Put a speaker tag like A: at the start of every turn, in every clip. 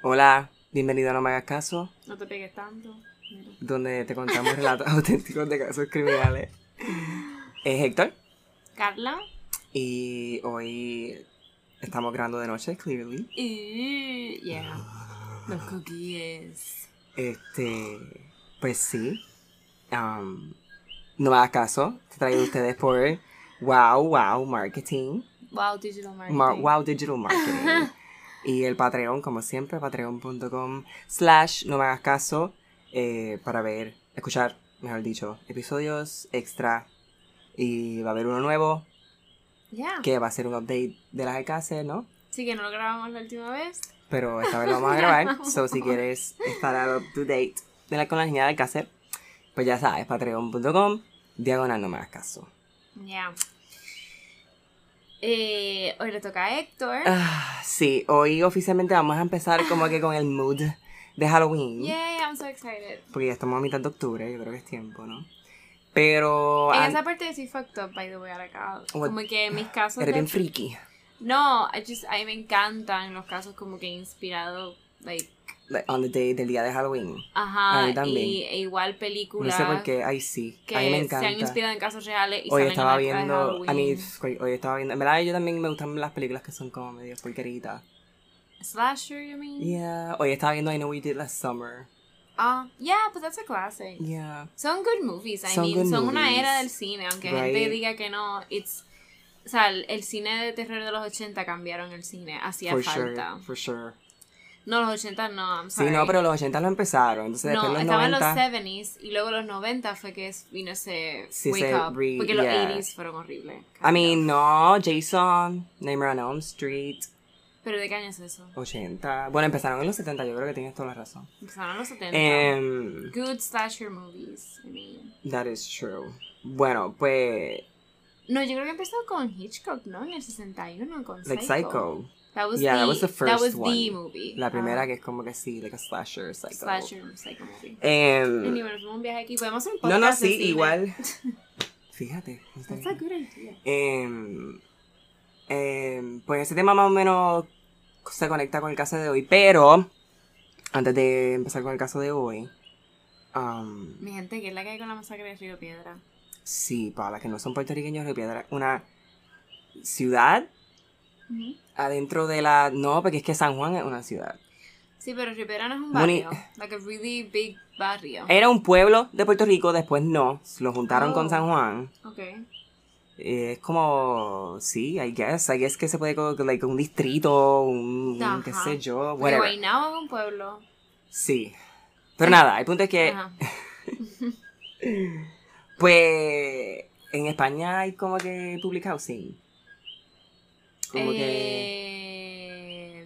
A: Hola, bienvenido a No Me Hagas Caso,
B: No te pegues tanto. Mira.
A: donde te contamos relatos auténticos de casos criminales. Es Héctor
B: Carla.
A: y hoy estamos grabando de noche, clearly.
B: Y- Yeah. Los cookies.
A: Este, pues sí, um, No Me Hagas Caso, te traigo a ustedes por Wow Wow Marketing,
B: Wow, digital marketing.
A: Mar- Wow Digital Marketing. Y el Patreon, como siempre, patreon.com slash no me hagas caso eh, para ver, escuchar, mejor dicho, episodios extra. Y va a haber uno nuevo
B: Yeah.
A: que va a ser un update de las alcaces, ¿no?
B: Sí, que no lo grabamos la última vez.
A: Pero esta vez lo vamos a grabar. so, si quieres estar al up to date de la, con la niña de alcácer, pues ya sabes, patreon.com diagonal no me hagas caso.
B: Yeah. Eh, hoy le toca a Héctor.
A: Ah, sí, hoy oficialmente vamos a empezar como que con el mood de Halloween.
B: Yay, I'm so excited.
A: Porque ya estamos a mitad de octubre, yo creo que es tiempo, ¿no? Pero.
B: En
A: ah,
B: esa parte sí fucked up, by the way, ahora acá.
A: What?
B: Como que mis casos.
A: Eres
B: de-
A: bien friki.
B: No, I just, a mí me encantan los casos como que inspirado, like,
A: Like, on the day del día de Halloween. A
B: ajá,
A: mí también.
B: y e igual
A: No
B: películas
A: sé por qué, ay sí.
B: que
A: A mí me
B: se han
A: encanta.
B: inspirado en casos reales y
A: Hoy
B: salen
A: estaba
B: en la época de
A: viendo. A mí,
B: Halloween.
A: pff, hoy estaba viendo. En verdad, yo también me gustan las películas que son como medio porqueritas.
B: Slasher, you mean?
A: Yeah. Hoy estaba viendo I Know We Did Last Summer.
B: Ah, yeah, but that's a classic.
A: Yeah.
B: Son good movies, I
A: Son
B: mean,
A: good
B: son una
A: movies.
B: era del cine, aunque
A: Right.
B: gente diga que no, it's... O sea, el, el cine de terror de los 80 cambiaron el cine, hacía
A: For
B: falta.
A: sure. For sure.
B: No, los 80 no, I'm
A: Sí,
B: sorry.
A: no, pero los 80 lo empezaron. Entonces,
B: No,
A: después los
B: estaban
A: 90.
B: los 70s y luego los 90 fue que es- vino ese
A: Sí,
B: wake
A: se
B: up.
A: re-
B: porque los
A: yeah.
B: 80s fueron horribles.
A: I mean, no, Jason, Nightmare on Elm Street,
B: Pero ¿de qué año es eso?
A: 80. Bueno, empezaron en los 70, yo creo que tienes toda la razón.
B: Empezaron los 70.
A: Em,
B: Good slasher movies. I mean.
A: that is true. Bueno, pues,
B: No, yo creo que empezó con Hitchcock, ¿no? En el 61 con
A: like
B: Psycho.
A: Psycho,
B: That was
A: Yeah,
B: the,
A: that was the
B: that
A: first
B: was the
A: one.
B: movie.
A: la primera
B: Ah,
A: que es como que sí, like a slasher, Psycho.
B: Slasher, Psycho movie.
A: Em,
B: Anyway, nos fuimos un viaje aquí. Podemos hacer un
A: no,
B: podcast
A: no, sí,
B: de cine.
A: igual. Fíjate. no está
B: That's a
A: bien.
B: good idea.
A: Em, em, pues ese tema más o menos se conecta con el caso de hoy, pero antes de empezar con el caso de hoy, um,
B: Mi gente, que es la que hay con la masacre de Río Piedra.
A: Sí, para las que no son puertorriqueños, Río Piedra, una ciudad
B: Ujú.
A: adentro de la... No, porque es que San Juan es una ciudad.
B: Sí, pero Río Piedra no es un
A: Moni-
B: barrio. Like a really big barrio.
A: Era un pueblo de Puerto Rico, después no, lo juntaron
B: Oh.
A: con San Juan.
B: Ok.
A: Eh, es como, sí, I guess, I guess que se puede como like, un distrito, un, un qué
B: Ajá.
A: sé yo,
B: Porque
A: whatever.
B: Guaynabo es un pueblo.
A: Sí. Pero nada, el punto es que,
B: Ajá.
A: pues, en España hay como que public housing. Como que...
B: Eh,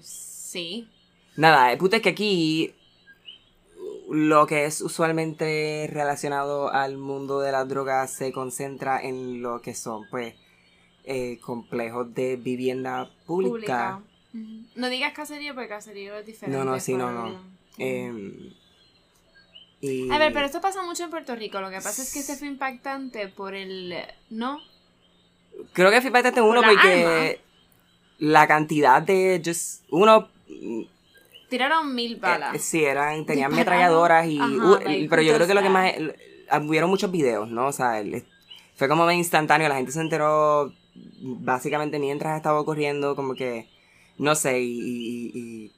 B: Sí.
A: Nada, el punto es que aquí lo que es usualmente relacionado al mundo de las drogas se concentra en lo que son, pues, eh, complejos de vivienda pública.
B: Pública. Ujú. No digas caserío porque caserío es diferente.
A: No, no, sí, no,
B: pero-
A: no. Em, y-
B: A ver, pero esto pasa mucho en Puerto Rico. Lo que pasa es que este fue impactante por el. ¿No?
A: Creo que fui bastante uno
B: Por la
A: porque la cantidad de. just- uno. mm,
B: Tiraron mil
A: eh,
B: balas.
A: sí, eran, tenían
B: Dispararon.
A: metralladoras y.
B: Ajá,
A: uh,
B: like,
A: pero yo creo que lo que
B: just
A: más. el- Hubieron muchos videos, ¿no? O sea, el- fue como medio instantáneo. La gente se enteró básicamente mientras estaba ocurriendo, como que. No sé, y. y- y- y-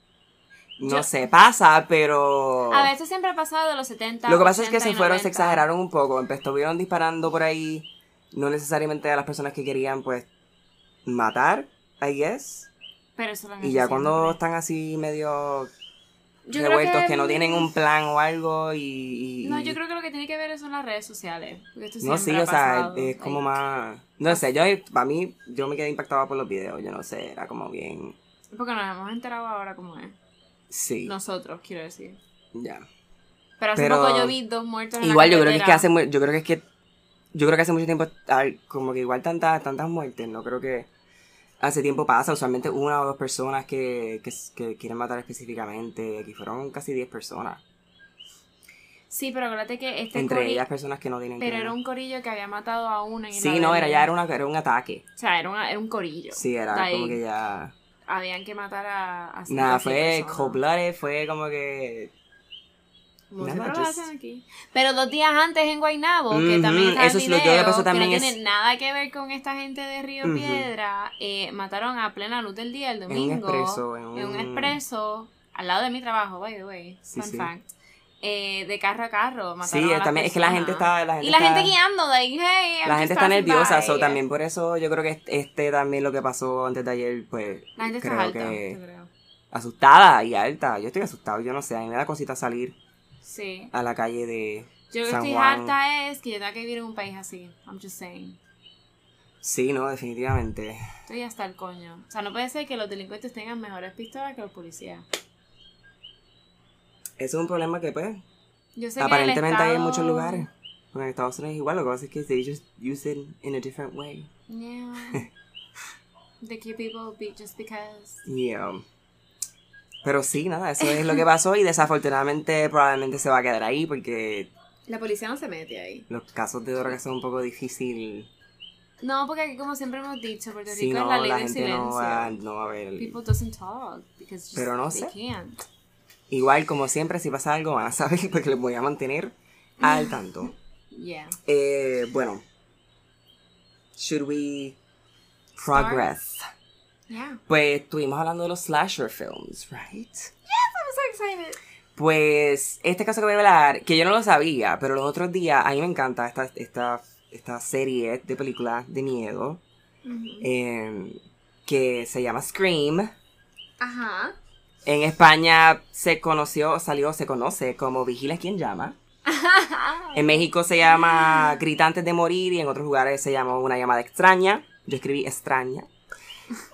A: no
B: Yo-
A: sé, pasa, pero.
B: A ver, esto siempre ha pasado de los 70.
A: Lo que pasa es que
B: 80 y
A: se fueron, se
B: 90.
A: exageraron un poco. empe- Estuvieron disparando por ahí, no necesariamente a las personas que querían, pues, matar, I guess.
B: Pero eso lo han
A: Y
B: hecho
A: ya cuando
B: siempre.
A: están así medio
B: Yo creo mm,
A: revueltos, que... no tienen un plan o algo, y. y-
B: No, yo creo que lo que tiene que ver son las redes sociales. Porque esto
A: No, sí, o
B: siempre ha
A: sea,
B: pasado.
A: es como
B: Like,
A: más. No sé, yo, para mí, yo me quedé impactada por los videos, yo no sé, era como bien.
B: Porque nos hemos enterado ahora cómo es.
A: Sí,
B: Nosotros, quiero decir.
A: ya.
B: Pero hace
A: Pero-
B: poco yo vi dos muertos en
A: Igual
B: la
A: yo creo que es que
B: carretera.
A: hace mu- yo creo que es que yo creo que hace mucho tiempo hay como que igual tantas tantas muertes, no creo que hace tiempo pasa, usualmente una o dos personas que, que, que quieren matar específicamente, aquí fueron casi 10 personas,
B: Sí, pero acuérdate que este
A: entre
B: corri-
A: ellas personas que no tienen
B: Pero
A: que
B: era un corillo que había matado a una. y
A: Sí, no, era
B: del-
A: ya era, una, era un ataque.
B: O sea, era, una- era un corillo.
A: Sí, era
B: Like,
A: como que ya
B: habían que matar a... a cinco
A: Nada,
B: o seis
A: fue
B: personas.
A: cold blooded, fue como que.
B: Como
A: Nada,
B: siempre lo
A: just-
B: hacen aquí. Pero dos días antes en Guaynabo, que
A: Ujú,
B: también está el
A: eso es lo que
B: video,
A: ahora pasó también
B: que no
A: es-
B: tiene nada que ver con esta gente de Río
A: Ujú.
B: Piedra, eh, mataron a plena luz del día
A: En
B: el
A: un
B: domingo.
A: expreso, en un.
B: en un expreso, al lado de mi trabajo, by the way,
A: Sí,
B: fun
A: sí.
B: fact, eh, de carro a carro,
A: Sí,
B: mataron a las
A: también es que la gente
B: personas.
A: está. La gente
B: Y la gente
A: está-
B: guiando, like, hey, I'm
A: La
B: just
A: gente está
B: passing
A: nerviosa,
B: by.
A: so, también por eso yo creo que este- este también lo que pasó antes de ayer, pues
B: La gente está
A: creo
B: alta, yo
A: que
B: creo.
A: asustada y alta. Yo estoy asustado, yo no sé, a mí me da cosita salir
B: Sí.
A: a la calle de...
B: Yo que
A: San
B: estoy
A: Juan.
B: harta es que yo tenga que vivir en un país así. I'm just saying.
A: Sí, no, definitivamente.
B: Estoy hasta el coño. O sea, no puede ser que los delincuentes tengan mejores pistolas que los policías.
A: Eso es un problema que pues,
B: Yo sé que el
A: aparentemente hay en
B: Estado-
A: muchos lugares. Porque en Estados Unidos es igual, lo que pasa es que they just use it in a different way.
B: Yeah. They kill people be- just because.
A: Yeah. um, Pero sí, nada, eso es lo que pasó y desafortunadamente probablemente se va a quedar ahí porque
B: La policía no se mete ahí.
A: los casos de drogas son un poco difícil.
B: No, porque aquí, como siempre hemos dicho, Puerto Rico
A: Si no,
B: es
A: la,
B: la ley del
A: gente
B: silencio.
A: no va, no va a ver.
B: People doesn't talk because just
A: Pero no
B: they
A: sé.
B: can't.
A: Igual, como siempre, si pasa algo, van a saber porque les voy a mantener al tanto.
B: Yeah.
A: Eh, bueno. Should we progress?
B: Yeah.
A: Pues estuvimos hablando de los slasher films, right?
B: I'm so excited.
A: Pues este caso que voy a hablar, que yo no lo sabía, pero los otros días, a mí me encanta esta, esta, esta serie de películas de miedo eh, que se llama Scream.
B: Ajá.
A: En España se conoció, salió, se conoce como Vigila quien llama. En México se llama Gritantes de Morir y en otros lugares se llama Una llamada extraña. Yo escribí extraña.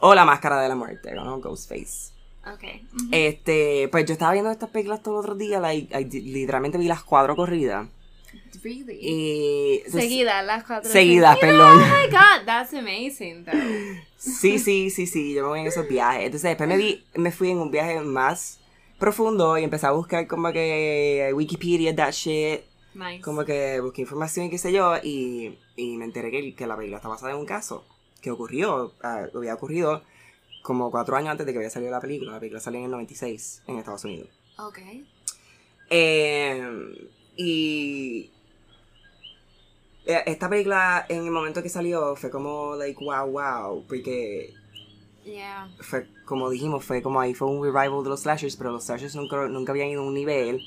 A: O La Máscara de la Muerte, ¿no? Ghostface.
B: Okay. Ujú.
A: Este, pues yo estaba viendo estas películas todo el otro día, like, I di- literalmente vi las cuatro corridas.
B: Really.
A: Y.
B: Seguida, las cuatro.
A: Seguidas, perdón.
B: Oh my god, that's amazing though.
A: Sí, sí, sí, sí, yo me voy en esos viajes. Entonces después me, vi, me fui en un viaje más profundo y empecé a buscar como que Wikipedia, that shit.
B: Nice.
A: Como que busqué información y qué sé yo, y, y me enteré que, que la película está basada en un caso que ocurrió, ah, había ocurrido como cuatro años antes de que había salido la película. La película salió en el 96 en Estados Unidos.
B: Okay.
A: Eh, y eh, esta película en el momento que salió fue como, like, wow, wow, porque
B: Yeah.
A: fue, como dijimos, fue como ahí fue un revival de los slashers, pero los slashers nunca, nunca habían ido a un nivel.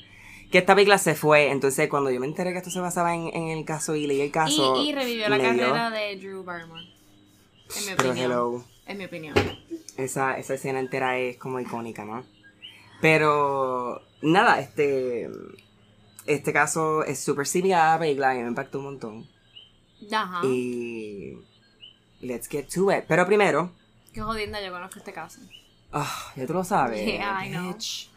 A: Que esta película se fue, entonces cuando yo me enteré que esto se basaba en, en el caso y leí el caso.
B: Y, y revivió la
A: me dio-
B: carrera de Drew Barrymore. En mi
A: Pero
B: opinión.
A: hello,
B: En mi opinión.
A: esa, esa escena entera es como icónica, ¿no? Pero nada, este, este caso es súper similar a la película y me impactó un montón.
B: Ajá.
A: Y. Let's get to it. Pero primero,
B: Qué jodienda, yo conozco este caso.
A: ah, ya tú lo sabes.
B: Yeah, I know.
A: bitch.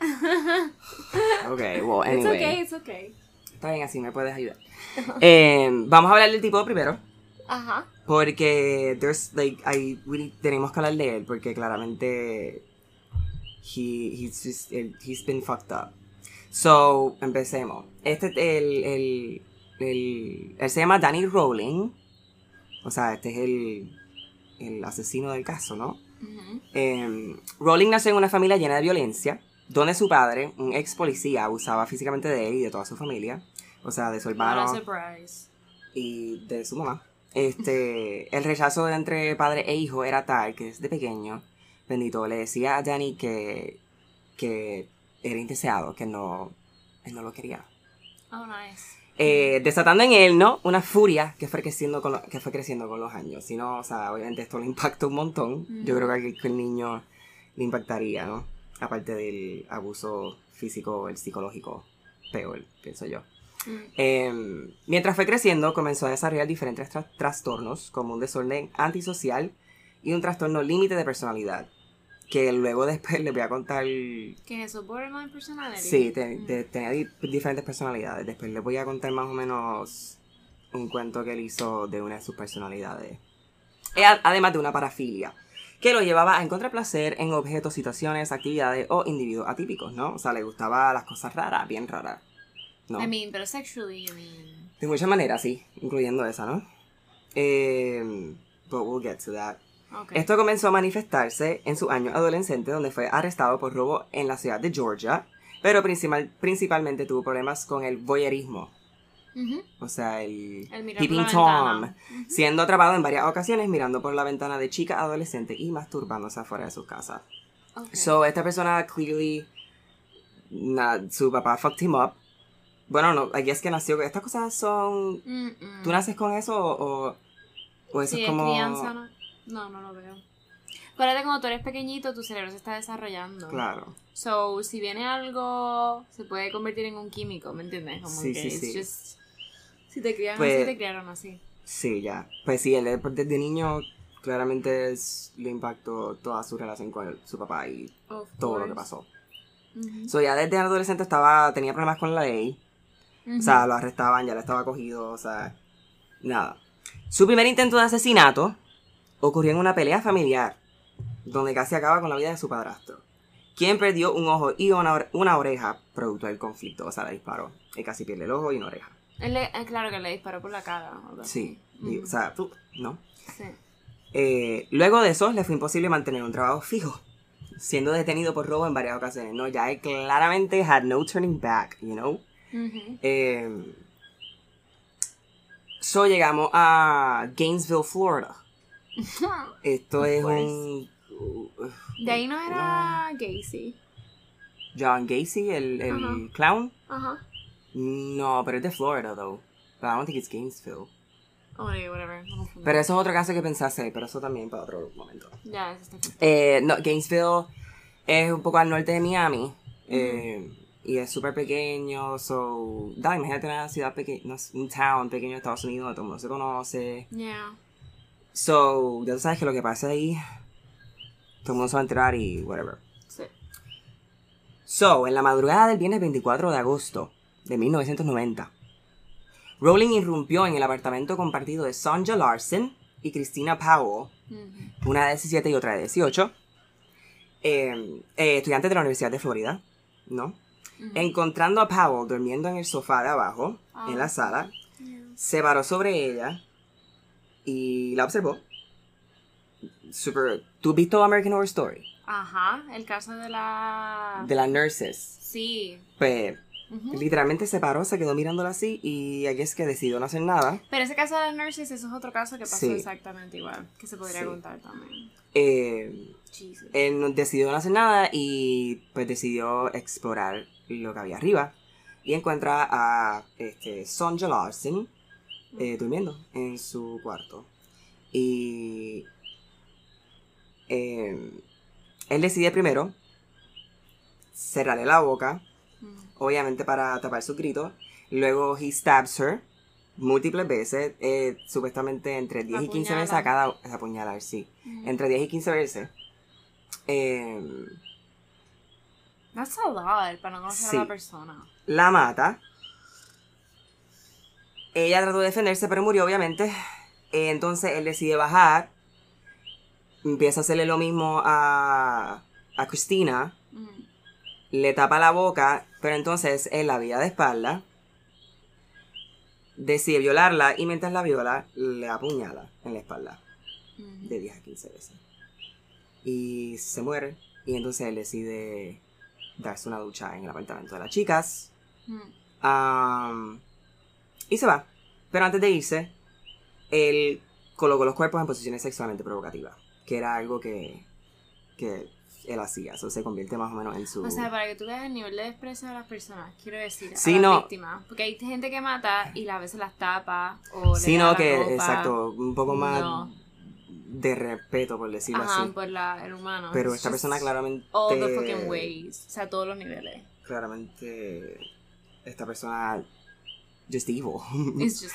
A: Ok, well, anyway.
B: It's okay, it's okay.
A: Está bien, así me puedes ayudar. Eh, vamos a hablar del tipo primero.
B: Ajá.
A: Porque there's like I we- tenemos que hablar de él porque claramente he he's just él- he's been fucked up. So empecemos. Este el el el él se llama Danny Rowling. O sea, este es el el asesino del caso, ¿no?
B: Ujú.
A: Eh, Rowling nació en una familia llena de violencia, donde su padre, un ex policía, abusaba físicamente de él y de toda su familia, o sea, de su
B: What a
A: hermano
B: surprise.
A: y de su mamá. Este, el rechazo de entre padre e hijo era tal que desde pequeño, bendito, le decía a Danny que, que era indeseado, que no, él no lo quería.
B: Oh, nice.
A: Eh, desatando en él, ¿no? Una furia que fue creciendo con, lo- que fue creciendo con los años. Si no, o sea, obviamente esto le impactó un montón. Yo creo que al que el niño le impactaría, ¿no? Aparte del abuso físico, el psicológico, peor, pienso yo.
B: Mm.
A: Eh, mientras fue creciendo, comenzó a desarrollar diferentes tra- trastornos, como un desorden antisocial y un trastorno límite de personalidad. Que luego después les voy a contar
B: ¿Qué es eso? Borderline personality.
A: Sí, te-
B: Mm.
A: te- tenía di- diferentes personalidades. Después les voy a contar más o menos un cuento que él hizo de una de sus personalidades. E a- Además de una parafilia, que lo llevaba a encontrar placer en objetos, situaciones, actividades o individuos atípicos, ¿no? O sea, le gustaba las cosas raras, bien raras. ¿no?
B: I mean, pero sexually, I mean.
A: De muchas maneras, sí, incluyendo esa, ¿no? Eh, but we'll get to that.
B: Ok.
A: Esto comenzó a manifestarse en su año adolescente, donde fue arrestado por robo en la ciudad de Georgia, pero principal- principalmente tuvo problemas con el voyerismo,
B: Ujú.
A: o sea, el,
B: El mirar por
A: peeping
B: la
A: tom,
B: ventana. Ujú.
A: siendo atrapado en varias ocasiones mirando por la ventana de chicas adolescentes y masturbándose afuera de sus casas.
B: Ok.
A: So, esta persona clearly, na- su papá fucked him up. Bueno, no, aquí es que nació, estas cosas son,
B: Mm, mm.
A: ¿tú naces con eso o, o- o eso
B: Sí,
A: es
B: es
A: como...
B: crianza, ¿no? No, no lo veo. Acuérdate, cuando tú eres pequeñito, tu cerebro se está desarrollando.
A: Claro.
B: So, si viene algo, se puede convertir en un químico, ¿me entiendes? Como
A: Sí,
B: que
A: sí,
B: it's
A: sí.
B: just- si te criaron
A: Pues-
B: así, te criaron así.
A: Sí, ya. Pues sí, él eh, desde niño claramente es- le impactó toda su relación con el- su papá y
B: Of
A: todo lo
B: course.
A: que pasó.
B: Ujú.
A: So, ya desde adolescente estaba, tenía problemas con la ley. O
B: Ujú.
A: sea, lo arrestaban, ya lo estaba cogido, o sea, nada. Su primer intento de asesinato ocurrió en una pelea familiar, donde casi acaba con la vida de su padrastro, quien perdió un ojo y una, ore- una oreja producto del conflicto, o sea, le disparó. Y casi pierde el ojo y una oreja.
B: Él le- eh, claro que le disparó por la cara. o algo
A: Sí,
B: así.
A: y,
B: Ujú.
A: o sea, ¡pup! ¿no?
B: Sí.
A: Eh, luego de eso, le fue imposible mantener un trabajo fijo, siendo detenido por robo en varias ocasiones, ¿no? Ya él claramente had no turning back, you know?
B: Ujú.
A: Eh, so llegamos a Gainesville, Florida. Esto es
B: course.
A: un.
B: De ahí no era Gacy.
A: John Gacy, el, el
B: Ajá.
A: clown.
B: Ajá.
A: No, pero es de Florida, though. But I don't think it's Gainesville.
B: Oh, yeah, whatever. no confundí.
A: Pero eso es otro caso que pensase, pero eso también para otro momento.
B: Ya, eso está
A: Eh, no, Gainesville es un poco al norte de Miami. eh, y es súper pequeño, so. Dale, imagínate una ciudad pequeña, un town pequeño de Estados Unidos donde todo el mundo se conoce.
B: Yeah.
A: So, ya tú sabes que lo que pasa ahí, todo el mundo se va a enterar y whatever.
B: Sí.
A: So, en la madrugada del viernes 24 de agosto de 1990, Rowling irrumpió en el apartamento compartido de Sonja Larson y Christina Powell,
B: Ujú.
A: una de 17 y otra de 18, eh, eh, estudiantes de la Universidad de Florida, ¿no?
B: Ujú.
A: Encontrando a Powell durmiendo en el sofá de abajo, en la
B: Ah.
A: sala,
B: Yeah.
A: se paró sobre ella y la observó. Super. ¿Tú has visto American Horror Story?
B: Ajá, el caso de la...
A: De las nurses.
B: Sí.
A: Pues,
B: Ujú.
A: literalmente se paró, se quedó mirándola así y aquí es que decidió no hacer nada.
B: Pero ese caso de las nurses, eso es otro caso que pasó
A: Sí.
B: exactamente igual, que se podría
A: Sí.
B: contar también.
A: Eh,
B: Jesus.
A: él no- decidió no hacer nada y pues decidió explorar lo que había arriba. Y encuentra a este, Sonja Larsen eh, durmiendo en su cuarto. Y eh, él decide primero cerrarle la boca,
B: Mm.
A: obviamente para tapar su grito. Luego he stabs her múltiples veces, eh, supuestamente entre 10 y 15 veces a cada es apuñalar, sí.
B: Mm.
A: Entre 10 y 15 veces. Eh,
B: That's a lot, para no conocer
A: Sí.
B: a la persona.
A: la mata. Ella trató de defenderse, pero murió, obviamente. Eh, Entonces él decide bajar. Empieza a hacerle lo mismo a, a Cristina.
B: Mm.
A: Le tapa la boca, pero entonces él la vía de espalda. Decide violarla y mientras la viola, le apuñala en la espalda
B: Mm.
A: de 10 a 15 veces. Y se muere. Y entonces él decide darse una ducha en el apartamento de las chicas.
B: Mm.
A: Am, y se va. Pero antes de irse, él colocó los cuerpos en posiciones sexualmente provocativas, que era algo que, que él hacía. Eso se convierte más o menos en su...
B: O sea, para que tú veas el nivel de desprecio de las personas, quiero decir,
A: Sí,
B: a las
A: no.
B: víctimas. Porque hay gente que mata y a veces las tapa o le da
A: sino
B: la
A: que,
B: ropa.
A: exacto, un poco más
B: No.
A: de respeto, por decirlo
B: Ajá,
A: así.
B: por la, el humano.
A: Pero
B: It's
A: esta
B: just
A: persona claramente...
B: All the fucking ways. O sea, todos los niveles.
A: Claramente, esta persona... Just evil.
B: It's just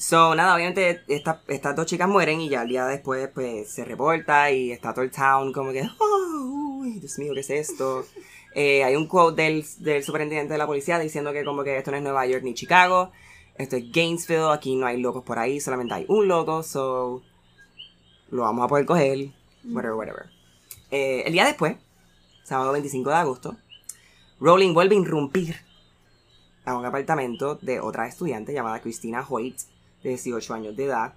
A: So, nada, obviamente esta- estas dos chicas mueren y ya el día después pues se reporta y está todo el town como que, "Oh, uy, Dios mío, ¿qué es esto? Eh, hay un quote del, del superintendente de la policía diciendo que como que esto no es Nueva York ni Chicago, esto es Gainesville, aquí no hay locos por ahí, solamente hay un loco, so lo vamos a poder coger, whatever, whatever. Eh, el día después, sábado 25 de agosto, Rowling vuelve a irrumpir a un apartamento de otra estudiante llamada Christina Hoyt, de 18 años de edad,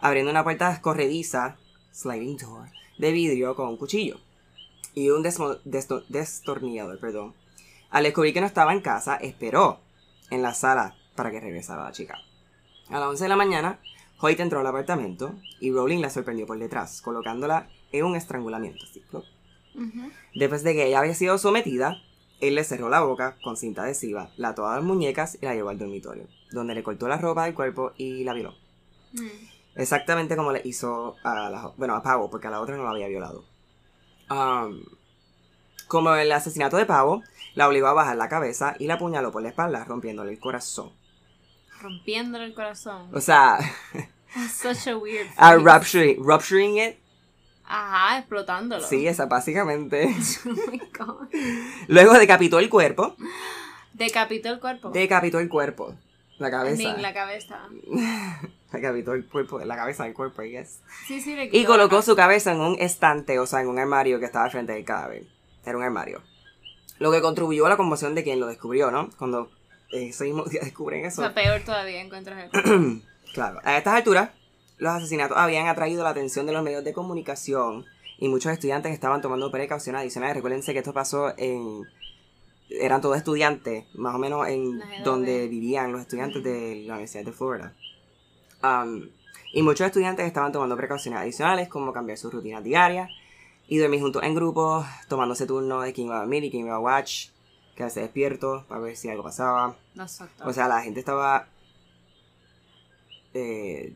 A: abriendo una puerta escorrediza sliding door, de vidrio con un cuchillo y un desmo- desto- destornillador, perdón. Al descubrir que no estaba en casa, esperó en la sala para que regresara la chica. A las 11 de la mañana, Hoyt entró al apartamento y Rowling la sorprendió por detrás, colocándola en un estrangulamiento. así, plop.
B: Ujú.
A: Después de que ella había sido sometida, él le cerró la boca con cinta adhesiva, la ató a las muñecas y la llevó al dormitorio, donde le cortó la ropa del cuerpo y la violó.
B: Mm.
A: Exactamente como le hizo a la... Bueno, a Pavo, porque a la otra no la había violado. Am, como el asesinato de Pavo, la obligó a bajar la cabeza y la apuñaló por la espalda, rompiéndole el corazón.
B: Rompiéndole el corazón.
A: O sea, ah.
B: That's such a weird.
A: a
B: phrase.
A: rupturing, rupturing it.
B: Ajá, explotándolo.
A: Sí, esa básicamente.
B: Oh my God.
A: Luego decapitó el cuerpo.
B: Decapitó el cuerpo.
A: Decapitó el cuerpo. La
B: I
A: cabeza.
B: mean, la cabeza.
A: Decapitó el cuerpo, la cabeza del cuerpo, I guess.
B: Sí, sí, le
A: Y
B: quitó la
A: colocó
B: cabeza.
A: su cabeza en un estante, o sea, en un armario que estaba frente del cadáver. Era un armario. Lo que contribuyó a la conmoción de quien lo descubrió, ¿no? Cuando eh, ese mismo día descubren
B: O
A: eso.
B: sea, peor todavía encuentras el cuerpo.
A: Claro. A estas alturas, los asesinatos habían atraído la atención de los medios de comunicación y muchos estudiantes estaban tomando precauciones adicionales. Recuérdense que esto pasó en... Eran todos estudiantes, más o menos en
B: Las edades.
A: donde vivían los estudiantes de la Universidad de Florida. Um, y muchos estudiantes estaban tomando precauciones adicionales, como cambiar sus rutinas diarias y dormir juntos en grupos, tomándose turnos de quién iba a dormir y quién iba a watch, quedarse despierto para ver si algo pasaba.
B: No suelto.
A: O sea, la gente estaba. Eh,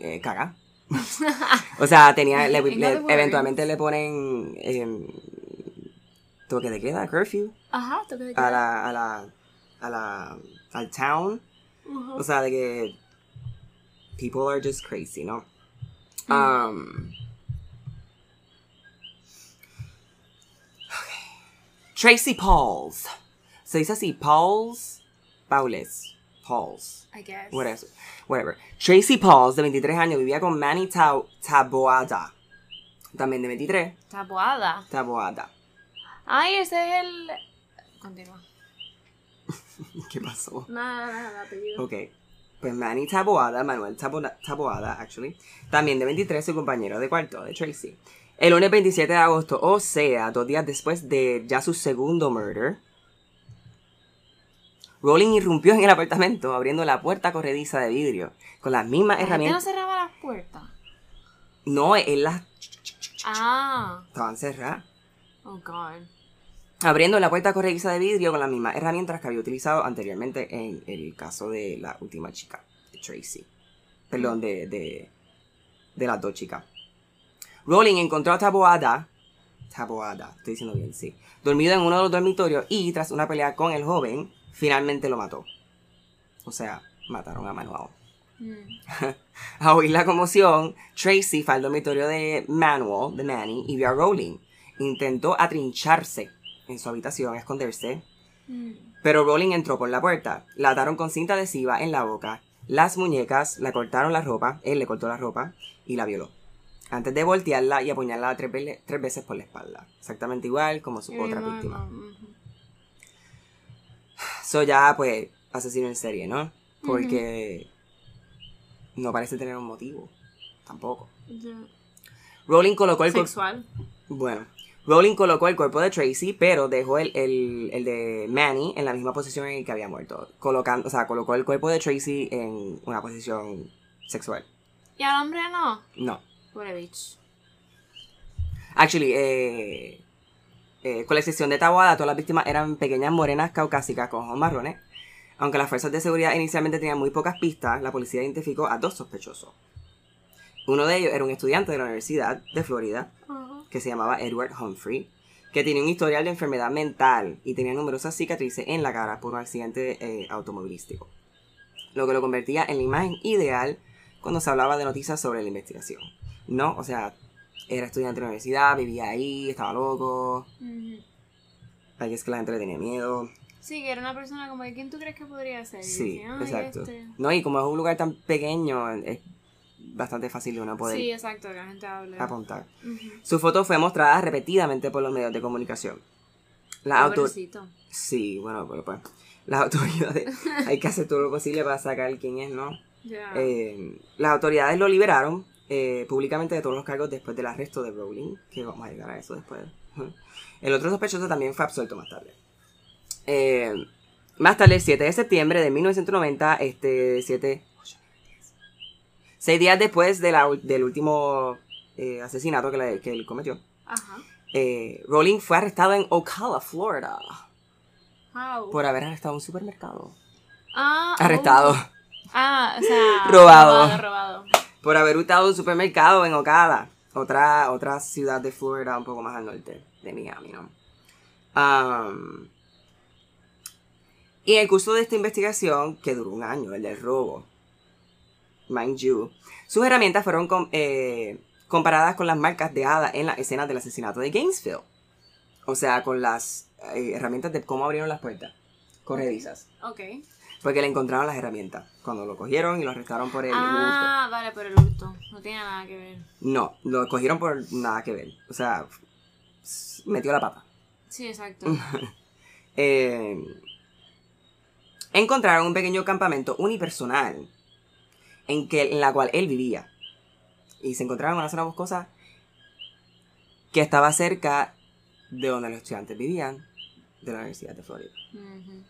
A: eh, caga. o sea, tenía. le-
B: In
A: le-
B: other words.
A: eventualmente le ponen. em, toque de queda, curfew.
B: Ajá, toque de
A: A
B: queda.
A: la. A la. A la. Al town.
B: Ujú.
A: O sea, de que. People are just crazy, ¿no?
B: Mm.
A: Um, ok. Tracy Pauls. Se dice así, Pauls. Paules. Pauls.
B: I guess.
A: Whatever. whatever. Tracy Pauls, de 23 años, vivía con Manny Ta- Taboada. También de 23,
B: Tabuada.
A: Taboada.
B: Ay, ese es el. Continúa.
A: ¿Qué pasó?
B: Nada, nada, nada, apellido.
A: Ok. Pues Manny Taboada, Manuel Tabo- Taboada, actually, también de 23, su compañero de cuarto, de Tracy. El lunes 27 de agosto, o sea, dos días después de ya su segundo murder, Rowling irrumpió en el apartamento abriendo la puerta corrediza de vidrio con las mismas
B: ¿La gente no
A: herramientas.
B: cerraba las puertas?
A: No, él las
B: Ah,
A: estaban cerradas.
B: oh god.
A: Abriendo la puerta corrediza de vidrio con las mismas herramientas que había utilizado anteriormente en el caso de la última chica, de Tracy. Perdón, de, de, de las dos chicas. Rowling encontró a Taboada, Taboada, estoy diciendo bien, sí, dormido en uno de los dormitorios y tras una pelea con el joven, finalmente lo mató. O sea, mataron a Manuel.
B: Mm.
A: A oír la conmoción, Tracy fue al dormitorio de Manuel, de Manny, y vio a Rowling. Intentó atrincharse en su habitación, esconderse,
B: Mm.
A: pero Rowling entró por la puerta. La ataron con cinta adhesiva en la boca, las muñecas, la cortaron la ropa, él le cortó la ropa y la violó. Antes de voltearla y apuñalarla tres, vele- tres veces por la espalda. Exactamente igual como su
B: El
A: otra
B: mismo
A: víctima.
B: hermano, ujú.
A: Eso ya, pues, asesino en serie, ¿no? Porque no parece tener un motivo. Tampoco.
B: Yo-
A: Rowling colocó el cuerpo.
B: Sexual.
A: Bueno, Rowling colocó el cuerpo de Tracy, pero dejó el, el- el de Manny en la misma posición en que había muerto. Colocando, o sea, colocó el cuerpo de Tracy en una posición sexual.
B: Y al hombre no.
A: No.
B: Pobre bitch.
A: Actually, eh, eh, con la excepción de Tawada, todas las víctimas eran pequeñas morenas caucásicas con ojos marrones. Aunque las fuerzas de seguridad inicialmente tenían muy pocas pistas, la policía identificó a dos sospechosos. Uno de ellos era un estudiante de la Universidad de Florida, que se llamaba Edward Humphrey, que tenía un historial de enfermedad mental y tenía numerosas cicatrices en la cara por un accidente eh, automovilístico, lo que lo convertía en la imagen ideal cuando se hablaba de noticias sobre la investigación. No, o sea, era estudiante de la universidad, vivía ahí, estaba loco,
B: Ujú.
A: ahí es que la gente le tenía miedo.
B: Mm-hmm. Sí, que era una persona como de quién tú crees que podría ser. Y
A: Sí,
B: dice, "Ay,
A: exacto.
B: este".
A: No, y como es un lugar tan pequeño, es bastante fácil de uno poder
B: Sí, exacto, que la gente hable. Mm-hmm.
A: apuntar.
B: Ujú.
A: Su foto fue mostrada repetidamente por los medios de comunicación. La
B: Ah,
A: autor
B: Pobrecito.
A: Sí, bueno, pero pues las autoridades, hay que hacer todo lo posible para sacar quién es, ¿no?
B: Ya.
A: Eh, las autoridades lo liberaron eh, públicamente de todos los cargos después del arresto de Rowling, que vamos a llegar a eso después. El otro sospechoso también fue absuelto más tarde. Eh, más tarde, el 7 de septiembre de 1990, este 7... 6 días después de la ul- del último eh, asesinato que, la- que él cometió,
B: Ajá.
A: eh, Rowling fue arrestado en Ocala, Florida,
B: Wow.
A: por haber arrestado un supermercado.
B: Ah, oh.
A: Arrestado.
B: Ah, o sea.
A: Robado.
B: Robado, robado.
A: Por haber hurtado un supermercado en Ocala, otra, otra ciudad de Florida un poco más al norte de Miami, ¿no? Am, y en el curso de esta investigación, que duró un año, el del robo, mind you, sus herramientas fueron com- eh, comparadas con las marcas de Ada en las escenas del asesinato de Gainesville. O sea, con las eh, herramientas de cómo abrieron las puertas, corredizas.
B: Ok.
A: Porque le encontraron las herramientas cuando lo cogieron y lo arrestaron por el hurto.
B: ah, vale, por el hurto. No tiene nada que ver.
A: No, lo cogieron por nada que ver. O sea, s- metió la pata.
B: Sí, exacto.
A: Eh, encontraron un pequeño campamento unipersonal en, que, en la cual él vivía. Y se encontraron en una zona boscosa que estaba cerca de donde los estudiantes vivían, de la Universidad de Florida.
B: Ujú.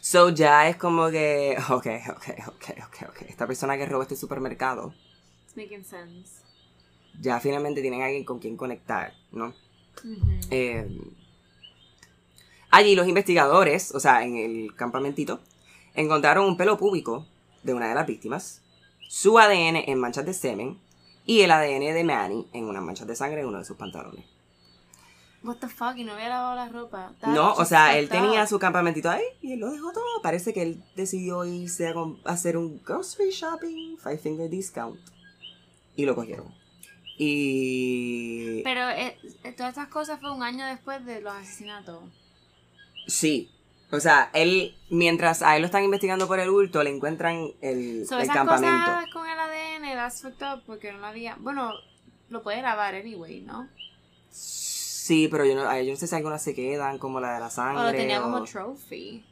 A: So ya es como que, ok, ok, ok, ok, ok. Esta persona que robó este supermercado,
B: It's making sense.
A: ya finalmente tienen alguien con quien conectar, ¿no?
B: Ujú.
A: Eh, allí los investigadores, o sea, en el campamentito, encontraron un pelo púbico de una de las víctimas, su ADN en manchas de semen y el ADN de Manny en unas manchas de sangre en uno de sus pantalones.
B: What the fuck, y no había lavado la ropa. That's
A: No, o
B: just
A: sea, él
B: fucked up.
A: tenía su campamentito ahí y él lo dejó todo. Parece que él decidió irse a com- a hacer un grocery shopping, five finger discount. Y lo cogieron. Y...
B: Pero eh, eh, todas estas cosas fue un año después de los asesinatos.
A: Sí. O sea, él, mientras a él lo están investigando por el hurto, le encuentran el,
B: So,
A: el
B: esas
A: campamento.
B: cosas con el ADN, that's fucked up, porque no lo había... Bueno, lo puede lavar anyway, ¿no?
A: Sí, pero yo no, ay, yo no sé si algunas se quedan, como la de la sangre.
B: o lo tenía
A: o-
B: como trophy.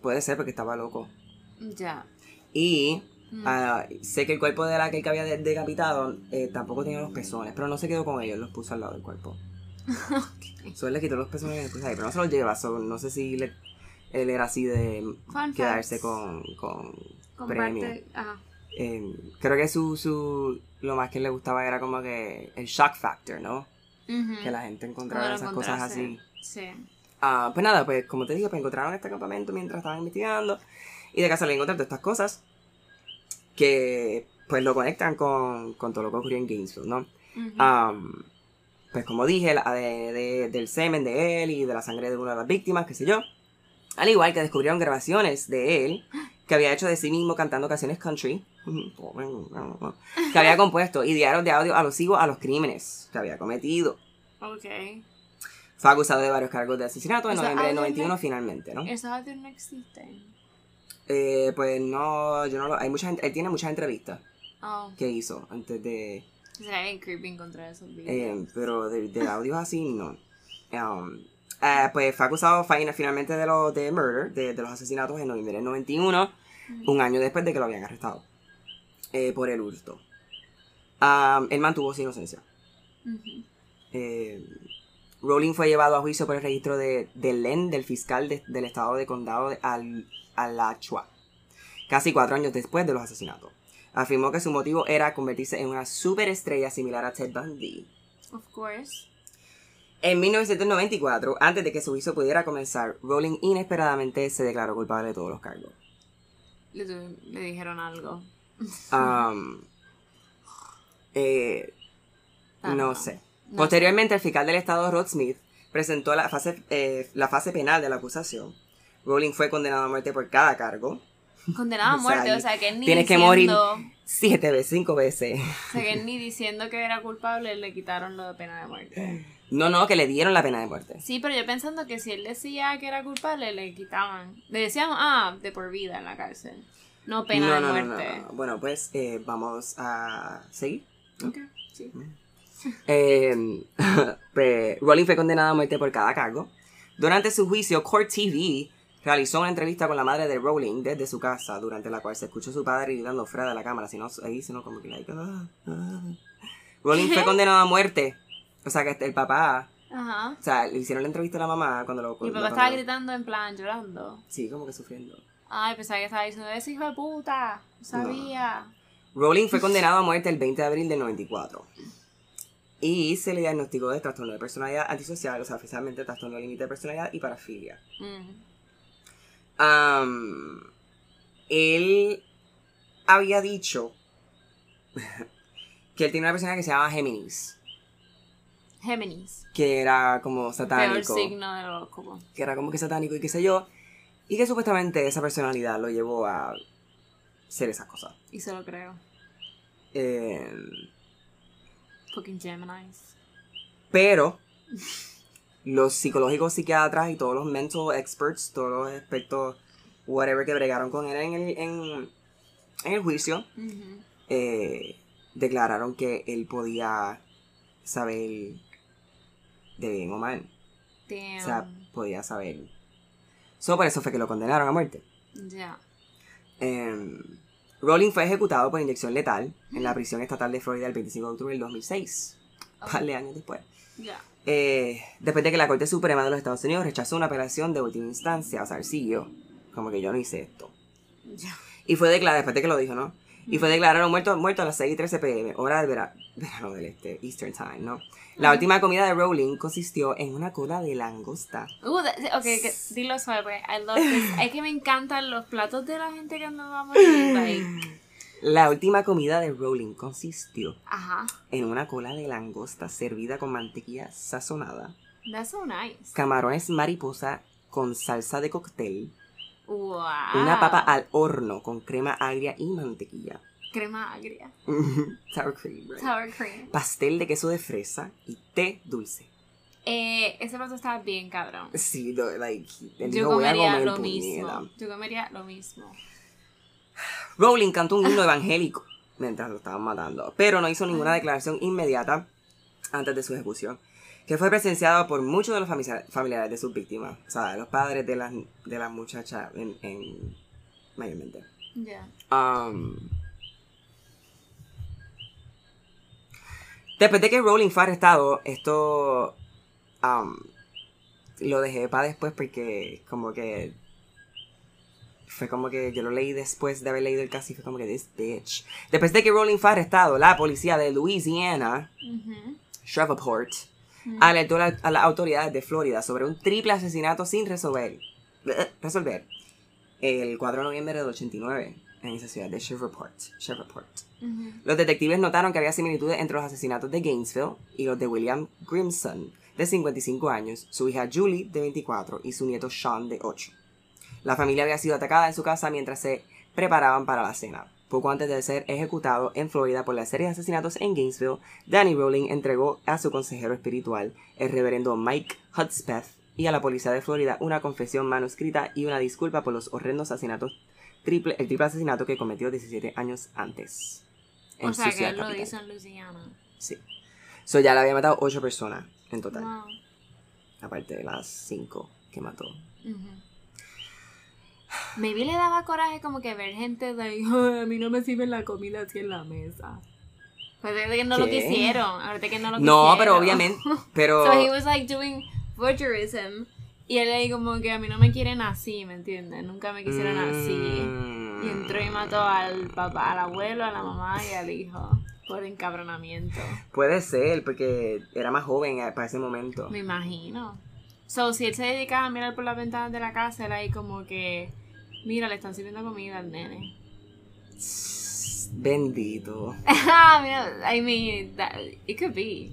A: Puede ser porque estaba loco.
B: Ya.
A: Y
B: Mm.
A: ah, sé que el cuerpo de la que él había de- decapitado eh, tampoco tenía los pezones, pero no se quedó con ellos, los puso al lado del cuerpo. So, él le quitó los pezones y los puso ahí, pero no se los lleva. so, no sé si le- él era así de
B: Fun
A: quedarse
B: facts.
A: con, con
B: Comparte-
A: premio.
B: ajá.
A: Eh, creo que su, su lo más que le gustaba era como que el shock factor, ¿no?
B: Ujú.
A: Que la gente encontrara
B: Cuando lo
A: esas cosas
B: encontrase.
A: así.
B: Sí.
A: Ah, pues nada, pues como te dije, pues encontraron este campamento mientras estaban investigando. Y de casualidad encontraron todas estas cosas que pues lo conectan con, con todo lo que ocurrió en Gainesville, ¿no?
B: Ujú.
A: Ah. Am, pues como dije, la de- de- del semen de él y de la sangre de una de las víctimas, qué sé yo. Al igual que descubrieron grabaciones de él que había hecho de sí mismo cantando canciones country que había compuesto y diarios de audio a los hijos a los crímenes que había cometido.
B: Ok.
A: Fue acusado de varios cargos de asesinato en
B: O sea,
A: noviembre del
B: audio no-
A: 91 finalmente, ¿no?
B: Esos audios no existen.
A: Eh, pues no, yo no lo... Hay mucha gente, él tiene muchas entrevistas
B: Oh,
A: que hizo antes de...
B: sería bien creepy encontrar esos videos.
A: Eh, pero de, de audios así, no. Um, eh, pues fue acusado fin- finalmente de, los de murder, de, de los asesinatos en noviembre del 91,
B: Ujú.
A: un año después de que lo habían arrestado eh, por el hurto. Um, él mantuvo su inocencia.
B: Ujú.
A: Eh, Rowling fue llevado a juicio por el registro de, de Len, del fiscal de- del estado de condado de Al, Alachua, casi cuatro años después de los asesinatos. Afirmó que su motivo era convertirse en una superestrella similar a Ted Bundy.
B: Of course.
A: En 1994, antes de que su juicio pudiera comenzar, Rowling inesperadamente se declaró culpable de todos los cargos.
B: Le, tu- le dijeron algo.
A: Um, eh,
B: Ah,
A: no sé.
B: No
A: Posteriormente, el fiscal del estado, Rod Smith, presentó la fase, eh, la fase penal de la acusación. Rowling fue condenada a muerte por cada cargo.
B: sé. Condenado a
A: O sea,
B: muerte,
A: ahí
B: o sea, que ni
A: tienes que
B: diciendo,
A: morir. Siete veces, cinco veces.
B: O sea, que ni diciendo que era culpable le quitaron lo de pena de
A: Eh.
B: muerte.
A: No, no, que le dieron la pena de muerte.
B: Sí, pero yo pensando que si él decía que era culpable, le quitaban. Le decían, ah, de por vida en la cárcel. No pena
A: no,
B: de
A: no, no,
B: muerte.
A: no, no. Bueno, pues eh, vamos a seguir.
B: Ok, sí.
A: Mm. Eh, pues, Rowling fue condenada a muerte por cada cargo. Durante su juicio, Court TV Realizó una entrevista con la madre de Rowling desde su casa, durante la cual se escuchó a su padre gritando fuera de la cámara, sino ahí, sino como que like, ah, ah. Rowling fue condenado a muerte. O sea que este- el papá,
B: Ajá.
A: o sea, le hicieron la entrevista a Pues la mamá cuando lo
B: Mi
A: cuando-
B: papá estaba
A: cuando-
B: gritando en plan, llorando.
A: Sí, como que sufriendo.
B: Ay, pensaba que estaba diciendo, ese hijo de puta, no sabía.
A: Rowling fue condenado a muerte el 20 de abril del 94. Y se le diagnosticó de trastorno de personalidad antisocial, o sea, oficialmente trastorno límite de personalidad y parafilia.
B: Mm.
A: Am, él había dicho que él tiene una persona que se llama Géminis,
B: Géminis.
A: que era como
B: Peor
A: satánico,
B: signo del horóscopo.
A: que era como que satánico y qué sé yo, y que supuestamente esa personalidad lo llevó a ser esas cosas.
B: Y se lo creo.
A: Em,
B: Fucking Geminis.
A: Pero los psicológicos psiquiatras y todos los mental experts, todos los expertos, whatever, que bregaron con él en el, en, en el juicio,
B: Ujú.
A: eh, declararon que él podía saber de bien o mal. O sea,
B: Damn.
A: podía saber. Solo por eso fue que lo condenaron a muerte.
B: Ya.
A: Em, Rowling fue ejecutado por inyección letal en la prisión estatal de Florida el 25 de octubre del 2006,
B: Ok.
A: vale años después.
B: Ya.
A: Eh, después de que la Corte Suprema de los Estados Unidos rechazó una apelación de última instancia, o sea, él siguió, como que yo no hice esto.
B: Ya.
A: Y fue declarado, después de que lo dijo, ¿no? Y fue declarado muerto, muerto a las 6 y 13 pm, hora del vera- verano del este, Eastern Time, ¿no? La
B: Ujú.
A: última comida de Rowling consistió en una cola de langosta.
B: Uh, de- de- ok, que- dilo suave, porque I love this. Es que me encantan los platos de la gente que no va a morir. Like,
A: La última comida de Rowling consistió
B: ajá.
A: en una cola de langosta servida con mantequilla sazonada,
B: That's so nice.
A: camarones mariposa con salsa de cóctel,
B: Wow.
A: una papa
B: Ah.
A: al horno con crema agria y mantequilla.
B: Crema agria.
A: Sour cream, right?
B: Sour cream.
A: Pastel de queso de fresa y té dulce.
B: Eh, ese plato está bien cabrón.
A: Sí, no, like, él
B: Yo
A: dijo, voy a
B: comería
A: comer
B: lo
A: puñeta.
B: mismo. Yo comería lo mismo.
A: Rowling cantó un himno evangélico mientras lo estaban matando, pero no hizo ninguna declaración inmediata antes de su ejecución, que fue presenciada por muchos de los famisa- familiares de sus víctimas, o sea, los padres de las, de las muchachas en, en- mayormente.
B: Ya.
A: Um, después de que Rowling fue arrestado, esto um, lo dejé para después porque como que fue como que yo lo leí después de haber leído el caso y fue como que this bitch. Después de que Rowling fue arrestado, la policía de Louisiana,
B: Ujú.
A: Shreveport,
B: Mm.
A: alertó la- a las autoridades de Florida sobre un triple asesinato sin resolver. eh, Resolver. El 4 de noviembre del 89 en esa ciudad de Shreveport. Shreveport.
B: Ujú.
A: Los detectives notaron que había similitudes entre los asesinatos de Gainesville y los de William Grimson, de 55 años, su hija Julie, de 24, y su nieto Sean, de 8. La familia había sido atacada en su casa mientras se preparaban para la cena. Poco antes de ser ejecutado en Florida por la serie de asesinatos en Gainesville, Danny Rowling entregó a su consejero espiritual, el reverendo Mike Hudspeth, y a la policía de Florida una confesión manuscrita y una disculpa por los horrendos asesinatos, triple, el triple asesinato que cometió 17 años antes.
B: O sea,
A: su
B: que
A: ciudad
B: él lo
A: capital.
B: hizo en Luisiana.
A: Sí. So ya le había matado 8 personas en total,
B: Wow.
A: aparte de las 5 que mató.
B: Ujú. Maybe le daba coraje como que ver gente de "Ay, a mí no me sirven la comida así en la mesa. Pues de que no lo
A: ¿Qué?
B: quisieron. Ahorita que no lo quisieron.
A: No, pero obviamente, pero
B: So he was like doing voyeurism. Y él ahí como que a mí no me quieren así, ¿me entiendes? Nunca me quisieron así.
A: Mm.
B: Y entró y mató al papá, al abuelo, a la mamá y al hijo. Por encabronamiento.
A: Puede ser, porque era más joven eh, para ese momento.
B: Me imagino. So, si él se dedicaba a mirar por las ventanas de la casa, era ahí como que, mira, le están sirviendo comida al nene.
A: Bendito.
B: Ah, mira, I mean, that, it could be.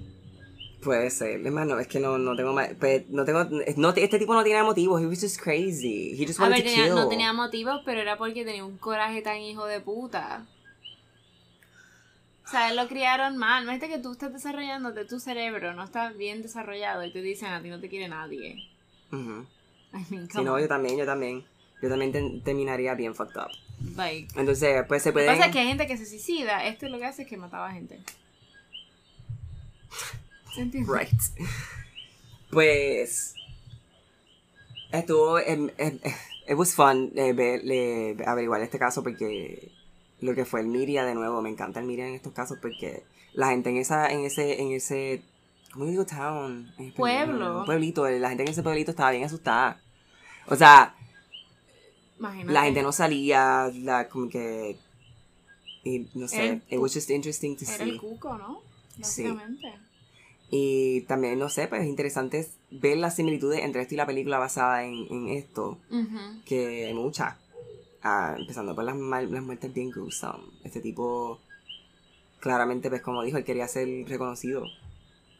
A: Puede ser. Es más, no, es que no, no tengo más. pe- no tengo. No, te- este tipo no tenía motivos. He was just crazy. He just
B: A
A: wanted
B: ver,
A: to
B: tenía-
A: kill.
B: no tenía motivos, pero era porque tenía un coraje tan hijo de puta. O sea, él lo criaron mal. No es que tú estás desarrollándote, tu cerebro no está bien desarrollado y te dicen a ti no te quiere nadie.
A: Ujú.
B: I mean,
A: Sí,
B: come
A: no,
B: on.
A: yo también, yo también. Yo también ten- terminaría bien fucked up.
B: Like,
A: Entonces, pues se
B: lo que
A: pueden.
B: pasa es que hay gente que se suicida. Esto lo que hace es que mataba gente. ¿Se entiende?
A: Right. Pues. Estuvo. em, em, It was fun eh, ver- le- averiguar este caso porque lo que fue el Miria de nuevo, me encanta el Miria en estos casos porque la gente en esa, en ese, en ese, ¿cómo digo town? En español,
B: Pueblo.
A: un pueblito, eh, la gente en ese pueblito estaba bien asustada. O sea,
B: Imagínate.
A: la gente no salía, la, como que, y no sé,
B: El-
A: it was just interesting to
B: Era
A: see.
B: el cuco, ¿no?
A: Sí.
B: Básicamente.
A: Y también, no sé, pues es interesante ver las similitudes entre esto y la película basada en, en esto,
B: Ujú.
A: que hay muchas. Ah, empezando por las, mal- las muertes bien gruesome. Este tipo, claramente, pues como dijo, él quería ser reconocido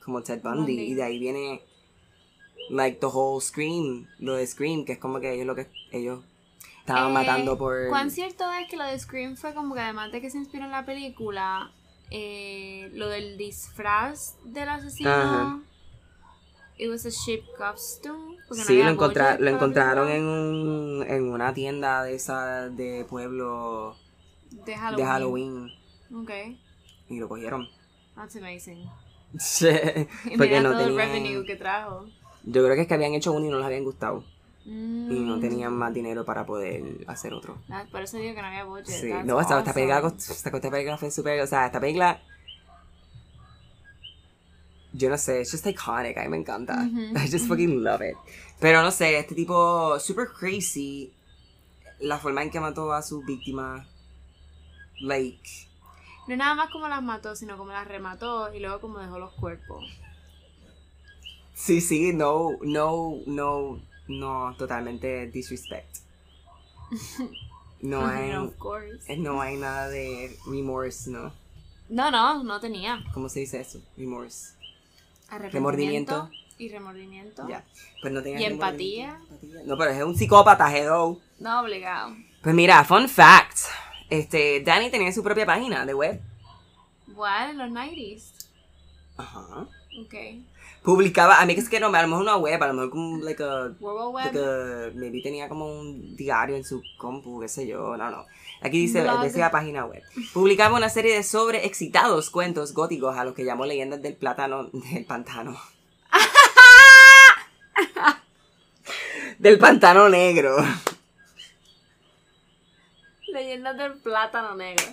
A: como Ted Bundy.
B: Bundy.
A: Y de ahí viene, like, the whole Scream, lo de Scream, que es como que ellos lo que ellos estaban
B: Eh,
A: matando por...
B: ¿Cuán cierto es que lo de Scream fue como que además de que se inspiró en la película, eh, lo del disfraz del asesino...
A: Ajá.
B: It was a sheep costume. porque no
A: Sí, lo,
B: había
A: encontra-
B: budget
A: lo
B: para
A: encontraron en,
B: película
A: un, en una tienda de esa de pueblo
B: De Halloween.
A: de Halloween.
B: Ok.
A: y lo cogieron.
B: That's amazing. Y
A: Porque
B: mira
A: no
B: todo el
A: tenían.
B: revenue que trajo.
A: Yo creo que es que habían hecho uno y no les habían gustado. Y no
B: Mm.
A: tenían más dinero para poder hacer otro.
B: Ah, Por eso digo que no había budget.
A: Sí.
B: That's
A: No, esta, esta película,
B: awesome.
A: cost- esta, esta película fue súper. O sea, esta película. Yo no sé, it's just iconic. A mí me encanta.
B: Ujú,
A: I just
B: ujú.
A: fucking love it. Pero no sé, este tipo, super crazy. La forma en que mató a su víctima. Like.
B: No nada más como las mató, sino como las remató y luego como dejó los cuerpos.
A: Sí, sí, no, no, no, no, totalmente disrespect. No hay, eh.
B: of course.
A: no hay nada de remorse, ¿no?
B: No, no, no tenía.
A: ¿Cómo se dice eso? Remorse.
B: Arrepentimiento. Y remordimiento.
A: Ya. Pues no tenía
B: ¿Y
A: remordimiento,
B: empatía?
A: empatía. No, pero es un psicópata, hello.
B: No, obligado.
A: Pues mira, fun fact. Este, Danny tenía su propia página de web.
B: Igual en los 90s.
A: Ajá.
B: Ok.
A: Publicaba, a mí que es que no, a lo mejor una web, a lo mejor como, like a
B: World Wide Web.
A: Porque maybe tenía como un diario en su compu, qué sé yo, no, no. Aquí dice,
B: Blog.
A: dice la página web. Publicaba una serie de sobreexcitados cuentos góticos a los que llamó leyendas del plátano, del pantano. del pantano negro.
B: Leyendas del plátano negro.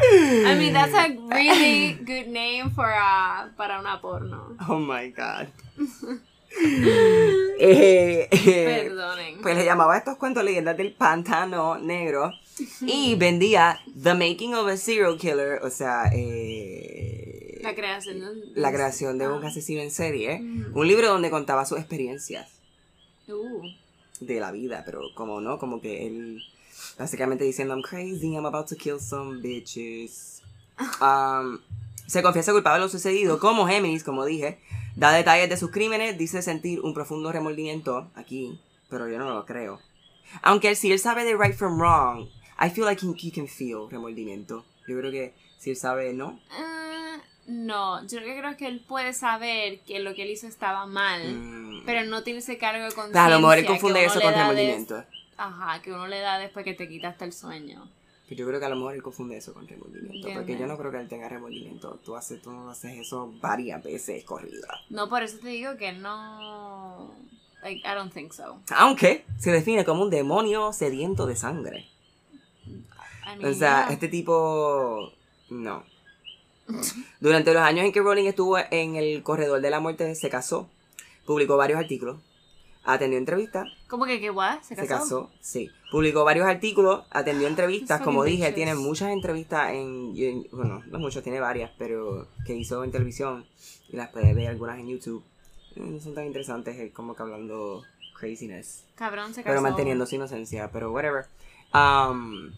B: I mean, that's a really good name for a, para una porno.
A: Oh my god. Eh, eh,
B: Perdonen.
A: Pues le llamaba a estos cuentos leyendas del pantano negro y vendía The Making of a Serial Killer, o sea, eh,
B: La creación de
A: la creación de un
B: Ah.
A: asesino en serie,
B: Mm.
A: un libro donde contaba sus experiencias
B: Uh,
A: de la vida, pero como no, como que él básicamente diciendo I'm crazy, I'm about to kill some bitches.
B: Ah.
A: Um, se confiesa culpable de lo sucedido, como Géminis, como dije, da detalles de sus crímenes, dice sentir un profundo remordimiento aquí, pero yo no lo creo. Aunque si él sabe de right from wrong, I feel like he, he can feel remordimiento. Yo creo que si él sabe, no.
B: eh, no, yo lo que creo es que él puede saber que lo que él hizo estaba mal,
A: Mm.
B: Eh, pero no tiene ese cargo de conciencia.
A: a lo mejor él
B: que
A: confunde
B: uno
A: eso
B: le
A: con
B: da des-
A: remordimiento.
B: Ajá, que uno le da después que te quitaste el sueño.
A: Pero Pues yo creo que a lo mejor él confunde eso con remordimiento. Porque
B: Entiendo.
A: yo no creo que él tenga remordimiento. Tú haces, tú haces eso varias veces corrida.
B: No, por eso te digo que no. Like, I don't think so.
A: Aunque se define como un demonio sediento de sangre.
B: I mean,
A: O sea,
B: yeah.
A: este tipo. No. Durante los años en que Rowling estuvo en el corredor de la muerte, se casó. Publicó varios artículos. Atendió entrevistas.
B: ¿Cómo que qué guay? ¿Se
A: Se
B: casó?
A: casó, sí. Publicó varios artículos, atendió entrevistas,
B: That's
A: como
B: fucking
A: dije,
B: bitches.
A: tiene muchas entrevistas en, y en- bueno, no muchas, tiene varias, pero que hizo en televisión y las puede ver algunas en YouTube. Eh, No son tan interesantes, es como que hablando craziness,
B: Cabrón, se casó.
A: pero manteniendo su inocencia, pero whatever. Um,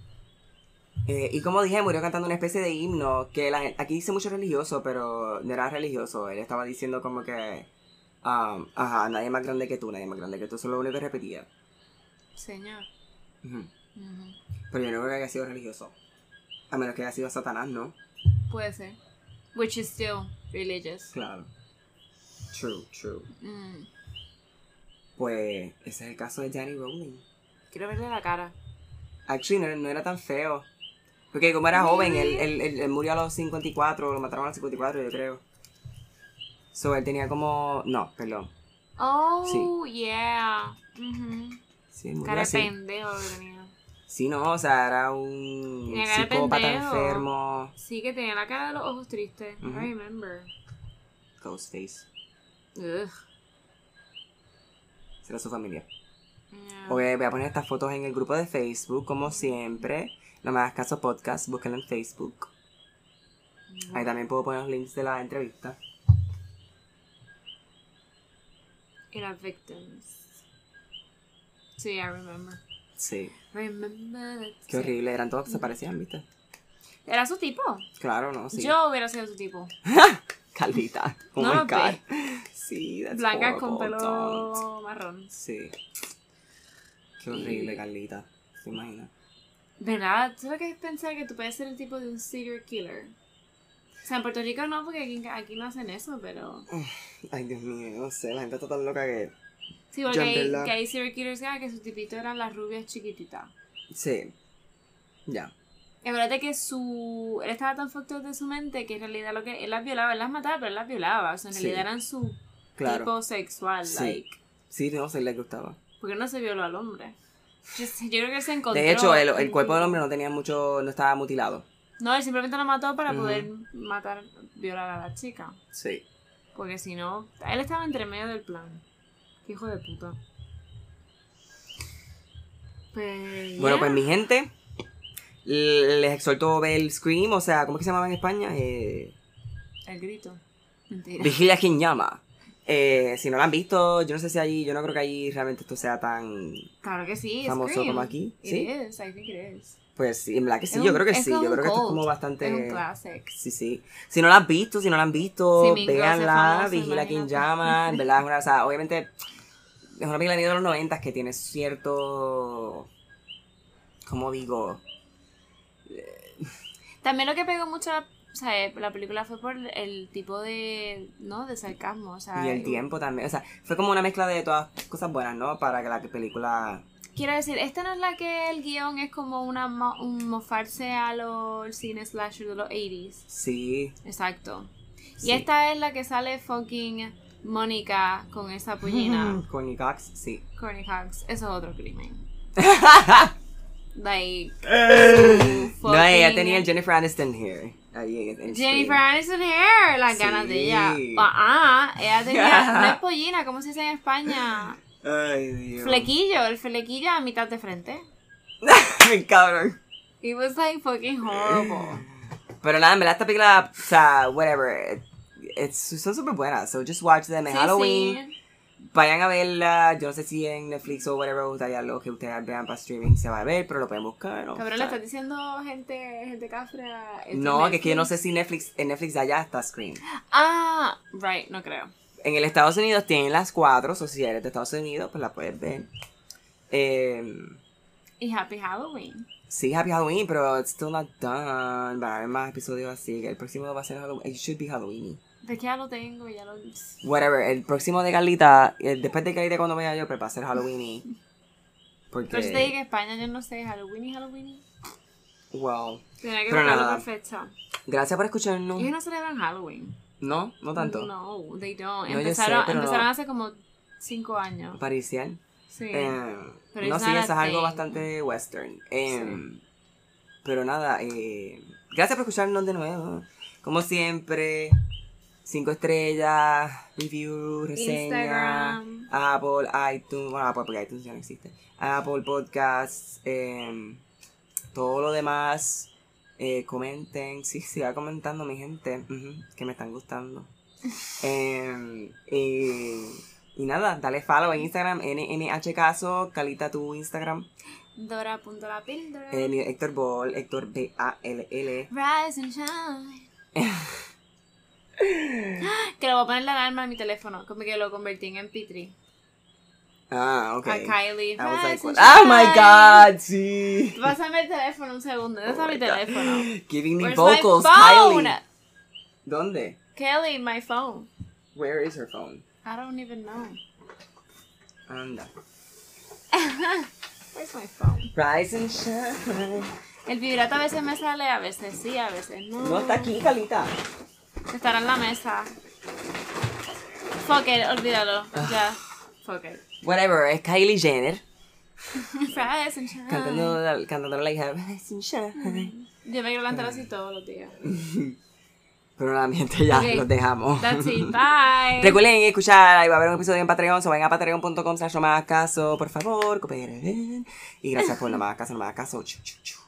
A: eh, y como dije, murió cantando una especie de himno que la gen- aquí dice mucho religioso, pero no era religioso. Él estaba diciendo como que, um, ajá, nadie más grande que tú, nadie más grande que tú, eso es lo único que repetía.
B: Señor.
A: Ujú.
B: Ujú.
A: Pero yo no creo que haya sido religioso. A menos que haya sido Satanás, ¿no?
B: Puede ser. Which is still religious.
A: Claro. True, true.
B: Mm,
A: Pues ese es el caso de Danny Rowling.
B: Quiero verle la cara.
A: Actually, no, no era tan feo. Porque como era
B: Really?
A: joven, él, él- él- él murió a los 54, lo mataron a los 54, yo creo. So él tenía como. No, perdón.
B: Oh, yeah. Ujú.
A: Sí, el mundo
B: Cara
A: era así.
B: de pendejo que tenía.
A: Sí, no, o sea, era un
B: Tenía cara de
A: psicópata
B: pendejo.
A: enfermo.
B: Sí, que tenía la cara de los ojos tristes.
A: Ujú.
B: I remember.
A: Ghostface.
B: Ugh.
A: Será su familia.
B: Yeah.
A: Ok, voy a poner estas fotos en el grupo de Facebook, como siempre. No me hagas caso podcast, búsquenlo en Facebook.
B: Mm.
A: Ahí también puedo poner los links de la entrevista.
B: Y las victims. Sí, I remember.
A: Sí.
B: Remember that.
A: Qué horrible, eran todos que se
B: Mm.
A: parecían, ¿viste?
B: Era su tipo.
A: Claro, no, sí.
B: Yo hubiera sido su tipo.
A: Carlita. Oh
B: No
A: my
B: lo
A: god.
B: ve.
A: Sí, that's
B: Blanca con
A: horrible,
B: pelo
A: don't.
B: marrón.
A: Sí. Qué horrible, Carlita. ¿Te imaginas?
B: ¿Verdad? ¿Tú lo que es pensar que tú puedes ser el tipo de un serial killer? O sea, en Puerto Rico no, porque aquí, aquí no hacen eso, pero...
A: Mm. Ay, Dios mío, no sé, la gente está tan loca que.
B: Sí,
A: Yo
B: porque
A: en
B: hay,
A: verdad-
B: que hay serial killers ah, que su tipito eran las rubias chiquititas.
A: Sí. Ya.
B: La verdad es que su... Él estaba tan fucked up de su mente que en realidad lo que... Él las violaba, él las mataba, pero él las violaba. O sea, en
A: Sí.
B: realidad eran su
A: Claro.
B: tipo sexual,
A: Sí.
B: like.
A: Sí, no, sí le gustaba.
B: Porque no se violó al hombre. Yo, sé- yo creo que él se encontró...
A: De hecho, el, el
B: un
A: cuerpo del
B: tipo.
A: hombre no tenía mucho. no estaba mutilado.
B: No, él simplemente lo mató para
A: Ujú.
B: poder matar, violar a la chica.
A: Sí.
B: Porque si no, él estaba entre medio del plan. Qué hijo de puta. Pues,
A: Bueno,
B: ya.
A: pues mi gente, l- les exhorto a ver el Scream, o sea, ¿cómo es que se llamaba en España? Eh,
B: El grito. Mentira.
A: Vigilia quien llama. Eh, si no lo han visto, yo no sé si allí, yo no creo que allí realmente esto sea tan...
B: Claro que sí.
A: Famoso
B: Scream.
A: como aquí,
B: It
A: sí.
B: is, I think it is.
A: Pues sí, en verdad que sí,
B: Es
A: yo
B: un-
A: creo que
B: es
A: sí,
B: como
A: yo
B: un
A: creo que esto es
B: cult,
A: como
B: Es un
A: bastante...
B: classic.
A: Sí, sí. Si no la han visto, si no la han visto,
B: Si Mean Girls es
A: véanla,
B: famosa,
A: Vigila quien
B: imagínate.
A: llama, en verdad, es una, o sea, obviamente es una película de los 90 que tiene cierto... ¿Cómo digo?
B: También lo que pegó mucho la, o sea, eh, la película fue por el tipo de, ¿no? De sarcasmo. O sea,
A: Y el tiempo también. O sea, fue como una mezcla de todas cosas buenas, ¿no? Para que la película.
B: Quiero decir, esta no es la que el guión es como una, mo- un mofarse a los cine slasher de los 80s.
A: Sí.
B: Exacto.
A: sí.
B: Y esta es la que sale fucking Mónica con esa puñina.
A: Courtney Cox, sí.
B: Courtney Cox. Eso es otro crimen. like,
A: no, ella
B: fucking-
A: tenía el Jennifer Aniston here. Ahí en, en
B: Jennifer
A: Scream.
B: Aniston Hair. Las
A: Sí.
B: ganas de ella. Ah, ah, ella tenía. No es pollina, ¿cómo se dice en España?
A: Ay, Dios.
B: Flequillo, el flequillo a mitad de frente. pues
A: Ay, cabrón.
B: It was like fucking horrible.
A: Pero nada, en verdad, esta película, o sea, whatever. It's, son súper buenas. So just watch them en
B: Sí,
A: Halloween.
B: sí.
A: Vayan a verla. Yo no sé si en Netflix o whatever, o sea, ya lo que ustedes vean para streaming se va a ver, pero lo pueden buscar. ¿no?
B: Cabrón,
A: O
B: le
A: sea,
B: estás diciendo gente, gente este cafra. esto
A: No, que es que yo no
B: Netflix.
A: sé si Netflix, en Netflix de allá está Scream.
B: Ah, right, no creo.
A: En el Estados Unidos tienen las cuatro, o si eres de Estados Unidos, pues la puedes ver. Eh,
B: Y Happy Halloween.
A: sí, Happy Halloween, pero it's still not done. Van a haber más episodios así, que el próximo va a ser Halloween. It should be Halloween.
B: De que ya lo tengo, ya lo. Sí,
A: Whatever, el próximo de Carlita, el- después de Carlita cuando vaya yo, pues va a ser Halloween. Porque,
B: Pero yo te dije que España yo no sé, Halloween y Halloween.
A: wow.
B: Tendría que
A: Pero
B: buscarlo
A: nada.
B: por fecha.
A: Gracias por escucharnos.
B: Ellos no celebran Halloween.
A: No, no tanto.
B: No, they don't.
A: No, yo
B: empezaron
A: sé, pero-
B: empezaron hace como 5 años.
A: Parisian.
B: Sí.
A: Eh,
B: Pero
A: no,
B: it's
A: sí,
B: not a
A: eso es algo
B: thing.
A: bastante western. Em, Pero nada, eh, gracias por escucharnos de nuevo. Como siempre, cinco estrellas, review, reseña,
B: Instagram.
A: Apple, iTunes, bueno, Apple porque iTunes ya no existe, Apple Podcasts, em, todo lo demás. eh, comenten, sí, siga comentando mi gente, ujú, que me están gustando. Em, y- y nada, dale follow en Instagram, NNH Caso, Calita tu Instagram,
B: Dora.la píldora.
A: eh, mi- Héctor Ball, Héctor B-A-L-L.
B: Rise and shine. que lo voy a poner la alarma en mi teléfono. Como que lo convertí en MP3.
A: Ah, ok.
B: A Kylie.
A: I was like,
B: Rise and
A: what- oh my
B: shine.
A: god, sí.
B: Pásame el teléfono un segundo. ¿Dónde está
A: Oh
B: mi
A: my God.
B: teléfono?
A: Giving me
B: Where's my
A: vocals,
B: phone?
A: Kylie. ¿Dónde?
B: Kelly, my phone.
A: Where is her phone?
B: I don't even know.
A: Anda.
B: Where's my phone?
A: Rise and shine.
B: El vibrato a veces me sale, a veces sí, a veces no.
A: No está aquí, Calita.
B: Estará en la mesa.
A: Ah.
B: Fuck it, olvídalo. Ya. Fuck it.
A: Whatever, es Kylie Jenner.
B: Friday Sunshine.
A: Cantando, la- cantando la hija. "Friday Sunshine".
B: Yo me quiero levantar así todos los días.
A: Pero nada, mi gente, ya
B: Ok.
A: los dejamos.
B: That's it. Bye.
A: Recuerden escuchar, ahí va a haber un episodio en Patreon, so vayan a patreon.com slash no me hagas caso, por favor, cooperen. Y gracias por no me hagas caso, no me hagas caso. Chu, chu, chu.